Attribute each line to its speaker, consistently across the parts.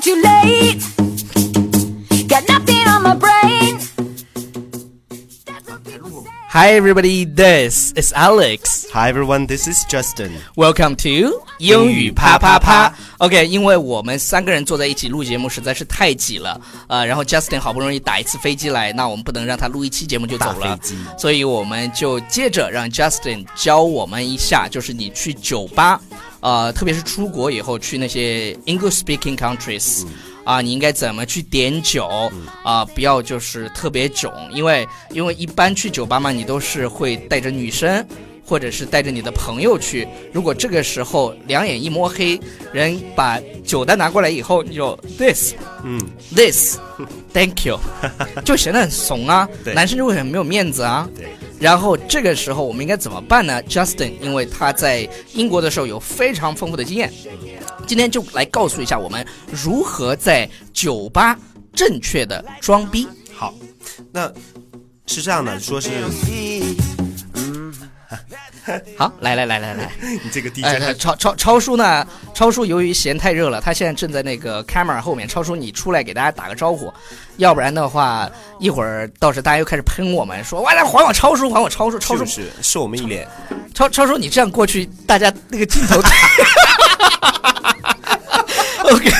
Speaker 1: too late. Got nothing on my brain. That's what people say.
Speaker 2: Hi everybody, this is Alex.
Speaker 3: Hi everyone, this is Justin.
Speaker 2: Welcome to 英语啪啪啪。OK，因为我们三个人坐在一起录节目实在是太挤了，呃，然后 Justin 好不容易打一次飞机来，那我们不能让他录一期节目就走
Speaker 3: 打
Speaker 2: 了
Speaker 3: 飞机，
Speaker 2: 所以我们就接着让 Justin 教我们一下，就是你去酒吧，呃，特别是出国以后去那些 English speaking countries。啊，你应该怎么去点酒啊？不要就是特别囧，因为因为一般去酒吧嘛，你都是会带着女生，或者是带着你的朋友去。如果这个时候两眼一摸黑，人把酒单拿过来以后，你就 this
Speaker 3: 嗯，
Speaker 2: this thank you，就 显得很怂啊，
Speaker 3: 对
Speaker 2: 男生就会很没有面子啊。
Speaker 3: 对，
Speaker 2: 然后这个时候我们应该怎么办呢？Justin，因为他在英国的时候有非常丰富的经验，
Speaker 3: 嗯
Speaker 2: 今天就来告诉一下我们如何在酒吧正确的装逼。
Speaker 3: 好，那是这样的，说是
Speaker 2: 好，来来来来 来，
Speaker 3: 你这个 DJ
Speaker 2: 哎，
Speaker 3: 还
Speaker 2: 超超超叔呢？超叔由于嫌太热了，他现在正在那个 camera 后面。超叔，你出来给大家打个招呼，要不然的话，一会儿到时大家又开始喷我们，说哇，来还我超叔，还我超叔，超
Speaker 3: 是
Speaker 2: 叔
Speaker 3: 不是是我们一脸
Speaker 2: 超超叔，你这样过去，大家那个镜头。OK，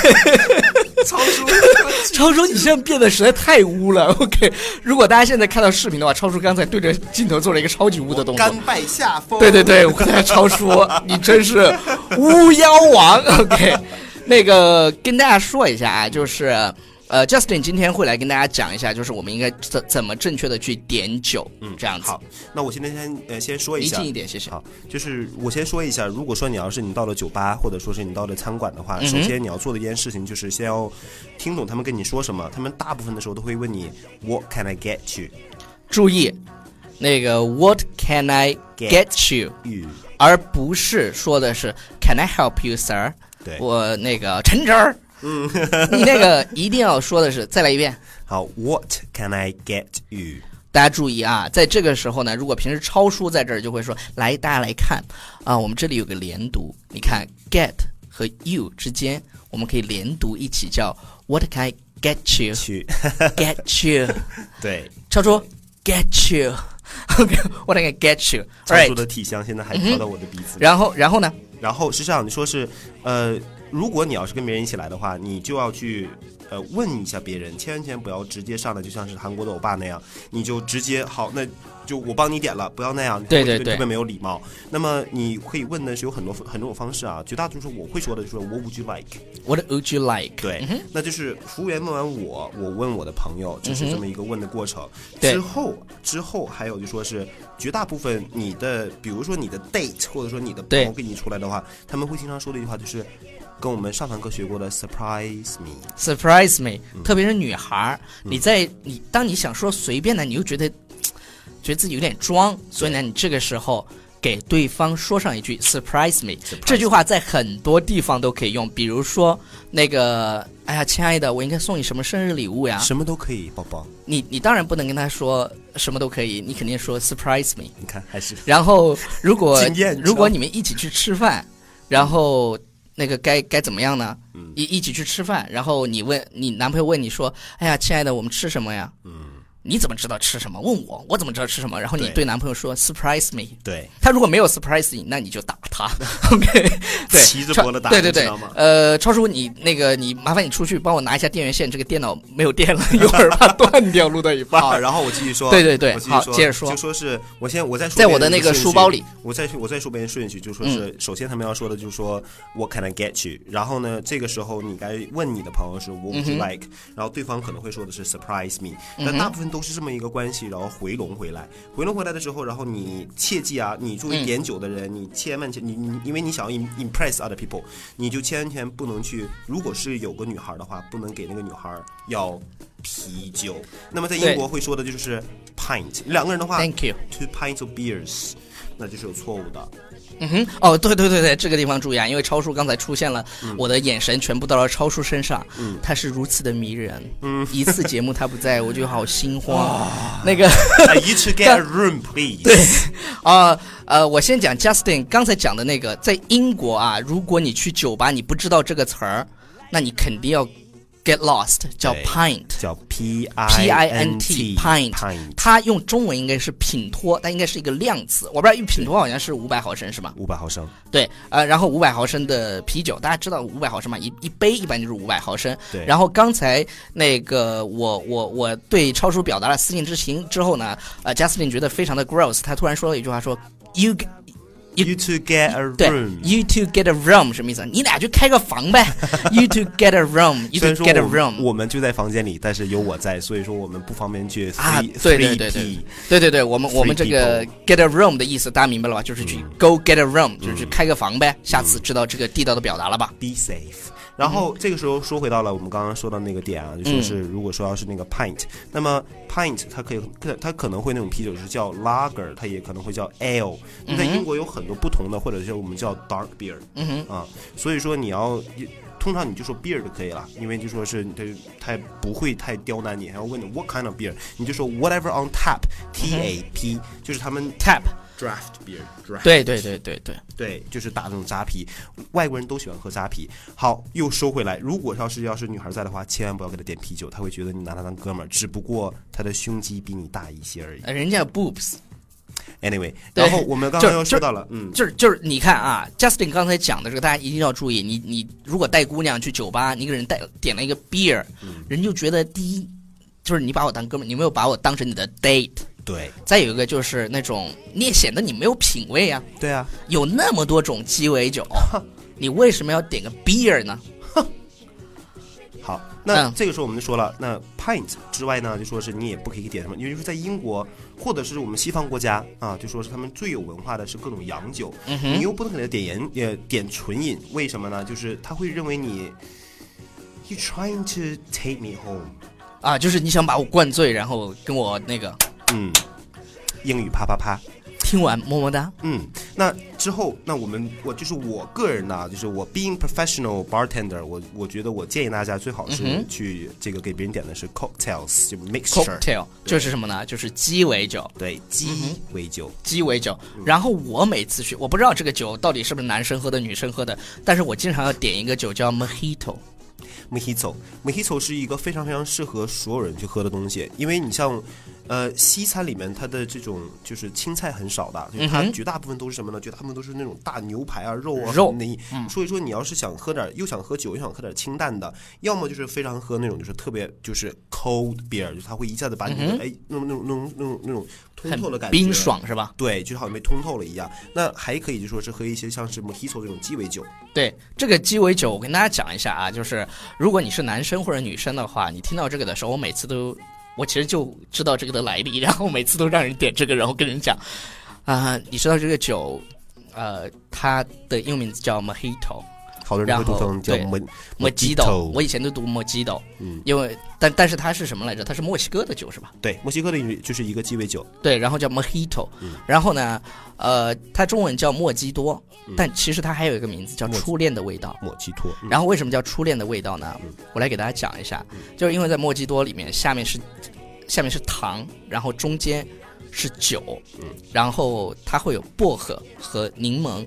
Speaker 3: 超 叔，
Speaker 2: 超叔，你现在变得实在太污了。OK，如果大家现在看到视频的话，超叔刚才对着镜头做了一个超级污的动作。
Speaker 3: 甘拜下风。
Speaker 2: 对对对，我刚才超叔，你真是巫妖王。OK，那个跟大家说一下啊，就是呃，Justin 今天会来跟大家讲一下，就是我们应该怎怎么正确的去点酒，嗯，这样子。
Speaker 3: 好，那我现在先呃先说一
Speaker 2: 离
Speaker 3: 下
Speaker 2: 近一，点，谢谢。
Speaker 3: 好，就是我先说一下，如果说你要是你到了酒吧，或者说是你到了餐馆的话，
Speaker 2: 哼
Speaker 3: 首先你要做的一件事情就是先要听懂他们跟你说什么。他们大部分的时候都会问你 What can I get you？
Speaker 2: 注意，那个 What can I
Speaker 3: Get
Speaker 2: get you？
Speaker 3: you
Speaker 2: 而不是说的是 Can I help you, sir？
Speaker 3: 对
Speaker 2: 我那个陈真儿，嗯，你那个一定要说的是再来一遍。
Speaker 3: 好，What can I get you？
Speaker 2: 大家注意啊，在这个时候呢，如果平时超叔在这儿就会说，来，大家来看啊，我们这里有个连读，你看 get 和 you 之间，我们可以连读一起叫 What can I get you
Speaker 3: 去，
Speaker 2: get you
Speaker 3: 对，
Speaker 2: 超叔 get you OK What can I get you
Speaker 3: 超
Speaker 2: All
Speaker 3: 叔
Speaker 2: right，
Speaker 3: 的体香现在还飘到我的鼻子里。
Speaker 2: 然后然后呢？
Speaker 3: 然后是这样，你说是，呃，如果你要是跟别人一起来的话，你就要去，呃，问一下别人，千万千万不要直接上来，就像是韩国的欧巴那样，你就直接好，那就我帮你点了，不要那样，
Speaker 2: 对
Speaker 3: 我觉得
Speaker 2: 对对
Speaker 3: 特别没有礼貌。那么你可以问的是有很多很多种方式啊，绝大多数我会说的就是 What would you like？
Speaker 2: What would you like？
Speaker 3: 对，那就是服务员问完我，我问我的朋友，就是这么一个问的过程。
Speaker 2: 嗯对
Speaker 3: 之后，之后还有就说是绝大部分你的，比如说你的 date 或者说你的朋友
Speaker 2: 对
Speaker 3: 跟你出来的话，他们会经常说的一句话就是，跟我们上堂课学过的 surprise me。
Speaker 2: surprise me，、特别是女孩儿，你在你当你想说随便的，你又觉得嘖觉得自己有点装，所以呢，你这个时候给对方说上一句 surprise me，这句话在很多地方都可以用，比如说那个，哎呀，亲爱的，我应该送你什么生日礼物呀？
Speaker 3: 什么都可以，宝宝，
Speaker 2: 你你当然不能跟他说什么都可以，你肯定说 surprise me。
Speaker 3: 你看还是
Speaker 2: 然后如果
Speaker 3: 经验你知道
Speaker 2: 如果你们一起去吃饭，然后那个该该怎么样呢？
Speaker 3: 嗯
Speaker 2: 一一起去吃饭，然后你问你男朋友问你说：“哎呀，亲爱的，我们吃什么呀？”嗯，你怎么知道吃什么？问我，我怎么知道吃什么？然后你
Speaker 3: 对
Speaker 2: 对男朋友说 “surprise me”，
Speaker 3: 对，
Speaker 2: 他如果没有 surprise你，那你就打他。OK，对，
Speaker 3: 骑着
Speaker 2: 超
Speaker 3: 脖子打
Speaker 2: 对
Speaker 3: 你
Speaker 2: 对
Speaker 3: 知
Speaker 2: 对
Speaker 3: 道吗，
Speaker 2: 呃，超叔，你那个你麻烦你出去帮我拿一下电源线，这个电脑没有电了，一会儿怕断掉，录到一半。
Speaker 3: 好，然后我继续说，
Speaker 2: 对对对
Speaker 3: 我继续
Speaker 2: 好
Speaker 3: 说
Speaker 2: 接着说
Speaker 3: 就说是我先我再说
Speaker 2: 在
Speaker 3: 别
Speaker 2: 我的那
Speaker 3: 人
Speaker 2: 个
Speaker 3: 顺
Speaker 2: 书
Speaker 3: 序
Speaker 2: 包里，嗯
Speaker 3: 我再我再说别人顺序，就说是首先他们要说的就是说 What can I get you？然后呢，这个时候你该问你的朋友是 What
Speaker 2: 嗯
Speaker 3: would you like？然后对方可能会说的是 Surprise me，但大部分都是这么一个关系，然后回笼回来，回笼回来的时候，然后你切记啊，你作
Speaker 2: 嗯
Speaker 3: 为点酒的人，你千万千你你因为你想要 im- impress other people，你就千万千万不能去，如果是有个女孩的话，不能给那个女孩要。啤酒，那么在英
Speaker 2: 对
Speaker 3: 国会说的就是 pint，两个人的话
Speaker 2: Thank you。
Speaker 3: two pints of beers，那就是有错误 的。
Speaker 2: 嗯哼，哦，对对对对，这个地方注意啊，因为超叔刚才出现了，我的眼神全部到了超叔身上，他是如此的迷人，嗯，一次节目他不在，我就好心慌。 那个，
Speaker 3: I need to 哎 get a room, please。
Speaker 2: 啊呃，我先讲 Justin 刚才讲的那个，在英国啊，如果你去酒吧你不知道这个词儿，那你肯定要 get lost 叫
Speaker 3: 对
Speaker 2: pint。
Speaker 3: 叫 P
Speaker 2: P I
Speaker 3: I
Speaker 2: N T pint，
Speaker 3: pint
Speaker 2: 它用中文应该是品托，但应该是一个量词。我不知道，因为品托好像是五百毫升是吗？
Speaker 3: 五百毫升，
Speaker 2: 对，呃，然后五百毫升的啤酒，大家知道五百毫升嘛，一一杯一般就是五百毫升。
Speaker 3: 对
Speaker 2: 然后刚才那个我我我对超叔表达了思念之情之后呢，呃，Justin 觉得非常的 gross，他突然说了一句话说，you You-
Speaker 3: You to get a
Speaker 2: 对
Speaker 3: room。
Speaker 2: ，you two get a room 什么意思？啊你俩去开个房 呗，you two get a room，you two
Speaker 3: 虽然说
Speaker 2: get a
Speaker 3: 我们
Speaker 2: room。
Speaker 3: 我们就在房间里，但是有我在，所以说我们不方便去 three
Speaker 2: 啊，对对对
Speaker 3: three
Speaker 2: 对
Speaker 3: P
Speaker 2: 对对对，我们
Speaker 3: Three
Speaker 2: 我们这个 get a room 的意思大家明白了吧？就是去
Speaker 3: 嗯
Speaker 2: go get a room，就是去开个房呗。下次知道这个地道的表达了吧？
Speaker 3: be safe。然后这个时候说回到了我们刚刚说到那个点啊，就说是如果说要是那个 pint，、那么 pint 它可以它可能会那种啤酒是叫 lager，它也可能会叫 ale。那在英国有很多不同的，或者是我们叫 dark beer，嗯哼啊，所以说你要通常你就说 beer 就可以了，因为就说是它它也不会太刁难你，还要问你 what kind of beer，你就说 whatever on tap，T A P，、就是他们
Speaker 2: tap
Speaker 3: draft beer，draft
Speaker 2: 对对对对对，
Speaker 3: 对，就是打这种扎啤，外国人都喜欢喝扎啤。好，又收回来，如果要是要是女孩在的话，千万不要给她点啤酒，她会觉得你拿她当哥们儿，只不过她的胸肌比你大一些而已。
Speaker 2: 呃人家有 boobs。
Speaker 3: Anyway，
Speaker 2: 对
Speaker 3: 然后我们刚刚
Speaker 2: 就
Speaker 3: 又说到了，嗯，
Speaker 2: 就是就是，你看啊，Justin 刚才讲的这个，大家一定要注意。你你如果带姑娘去酒吧，你给人带点了一个 beer，、人就觉得第一就是你把我当哥们儿，你没有把我当成你的 date。
Speaker 3: 对，
Speaker 2: 再有一个就是那种你也显得你没有品味啊，
Speaker 3: 对啊，
Speaker 2: 有那么多种鸡尾酒，你为什么要点个 beer 呢？
Speaker 3: 好，那
Speaker 2: 嗯
Speaker 3: 这个时候我们就说了，那 pint 之外呢，就说是你也不可以点什么，因为就是在英国或者是我们西方国家啊，就说是他们最有文化的是各种洋酒，你又不能给他点盐，也点纯饮，为什么呢？就是他会认为你，you trying to take me home，
Speaker 2: 啊，就是你想把我灌醉，然后跟我那个
Speaker 3: 嗯，英语啪啪啪。
Speaker 2: 听完么么哒。
Speaker 3: 嗯，那之后，那我们我就是我个人呢、就是我 being professional bartender，我我觉得我建议大家最好是去这个给别人点的是 cocktails，就 mixture，
Speaker 2: cocktail 就是什么呢？就是鸡尾酒，
Speaker 3: 对，
Speaker 2: 嗯
Speaker 3: 鸡尾酒，
Speaker 2: 鸡尾酒。
Speaker 3: 嗯
Speaker 2: 然后我每次去，我不知道这个酒到底是不是男生喝的、女生喝的，但是我经常要点一个酒叫 mojito。
Speaker 3: mojito，mojito 是一个非常非常适合所有人去喝的东西，因为你像，呃，西餐里面它的这种就是青菜很少的，就是它
Speaker 2: 嗯哼
Speaker 3: 绝大部分都是什么呢？绝大部分都是那种大牛排啊、肉啊、
Speaker 2: 肉嗯
Speaker 3: 你、所以说你要是想喝点，又想喝酒，又想喝点清淡的，要么就是非常喝那种就是特别就是 cold beer，就是它会一下子把你的、哎那种那种那种那种那种通透
Speaker 2: 嗯
Speaker 3: 的
Speaker 2: 很
Speaker 3: 感觉，
Speaker 2: 冰爽是吧？
Speaker 3: 对，就好像被通透了一样。那还可以就说是喝一些像是 mojito 这种鸡尾酒，
Speaker 2: 对这个鸡尾酒，我跟大家讲一下啊，就是如果你是男生或者女生的话，你听到这个的时候，我每次都，我其实就知道这个的来历，然后每次都让人点这个，然后 跟人讲，啊、你知道这个酒，呃，它的英文名字叫 Mojito。
Speaker 3: 好多人会
Speaker 2: 然后
Speaker 3: 读成叫
Speaker 2: 对
Speaker 3: mo-
Speaker 2: Mojito，
Speaker 3: mojito，嗯
Speaker 2: 我以前都读 Mojito，因为但但是它是什么来着？它是墨西哥的酒是吧？
Speaker 3: 对，墨西哥的语就是一个鸡尾酒，
Speaker 2: 对，然后叫 Mojito，、然后呢，呃，它中文叫莫基多，但其实它还有一个名字叫
Speaker 3: 莫基
Speaker 2: 初恋的味道。
Speaker 3: 莫吉托。嗯
Speaker 2: 然后为什么叫初恋的味道呢？我来给大家讲一下，就是因为在莫吉多里面，下面是下面是糖，然后中间是酒，然后它会有薄荷和柠檬。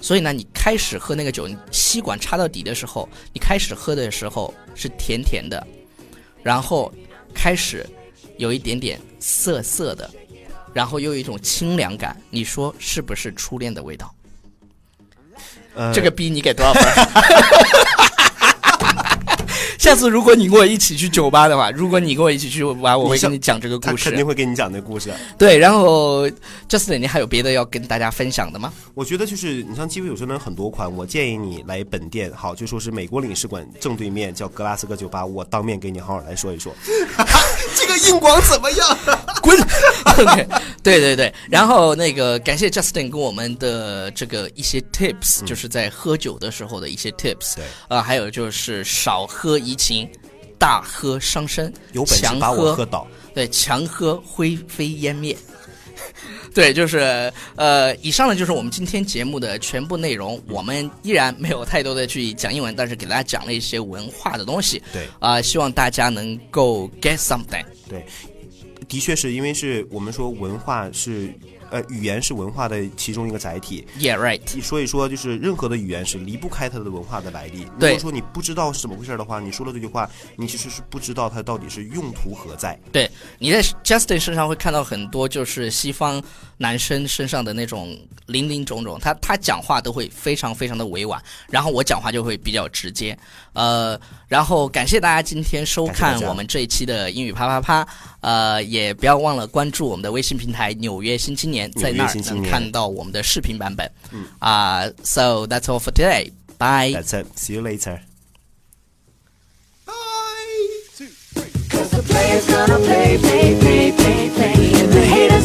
Speaker 2: 所以呢，你开始喝那个酒，你吸管插到底的时候，你开始喝的时候是甜甜的，然后开始有一点点涩涩的，然后又有一种清凉感。你说是不是初恋的味道？
Speaker 3: 呃
Speaker 2: 这个逼你给多少 分儿？下次如果你跟我一起去酒吧的话，如果你跟我一起去玩，我会跟你讲这个
Speaker 3: 他
Speaker 2: 故
Speaker 3: 肯定
Speaker 2: 事。
Speaker 3: 会给你讲这个故事。
Speaker 2: 对，然后 Justin，你还有别的要跟大家分享的吗？
Speaker 3: 我觉得就是你像鸡尾酒真的有很多款，我建议你来本店，好就说是美国领事馆正对面叫格拉斯哥酒吧，我当面给你好好来说一说。这个硬广怎么样？
Speaker 2: 滚 ！OK，对对对，然后那个感谢 Justin 跟我们的这个一些 tips，、就是
Speaker 3: 嗯
Speaker 2: 在喝酒的时候的一些 tips。
Speaker 3: 对
Speaker 2: 呃，还有就是少喝怡情，大喝伤身，
Speaker 3: 有本
Speaker 2: 强
Speaker 3: 事把我喝倒。
Speaker 2: 对，强喝灰飞烟灭。 对，就是呃，以上呢就是我们今天节目的全部内容。我们依然没有太多的去讲英文，但是给大家讲了一些文化的东西。
Speaker 3: 对
Speaker 2: 啊、希望大家能够 get something。
Speaker 3: 对，的确是因为是我们说文化是呃，语言是文化的其中一个载体。
Speaker 2: Yeah, right.
Speaker 3: 所以说，就是任何的语言是离不开它的文化的来历。如
Speaker 2: 对
Speaker 3: 果说你不知道是怎么回事的话，你说了这句话，你其实是不知道它到底是用途何在。
Speaker 2: 对，你在 Justin 身上会看到很多就是西方男生身上的那种林林种种，他他讲话都会非常非常的委婉，然后我讲话就会比较直接，呃，然后感谢大家今天收
Speaker 3: 感谢大
Speaker 2: 看
Speaker 3: 家
Speaker 2: 我们这一期的英语啪啪啪，呃，也不要忘了关注我们的微信平台《纽约新青年》，在那
Speaker 3: 纽约
Speaker 2: 儿
Speaker 3: 新青
Speaker 2: 能
Speaker 3: 年
Speaker 2: 看到我们的视频版本，啊、s o that's all for today. Bye.
Speaker 3: That's it. See you later.
Speaker 1: Cause the player's gonna play, play, play, play, play. And the haters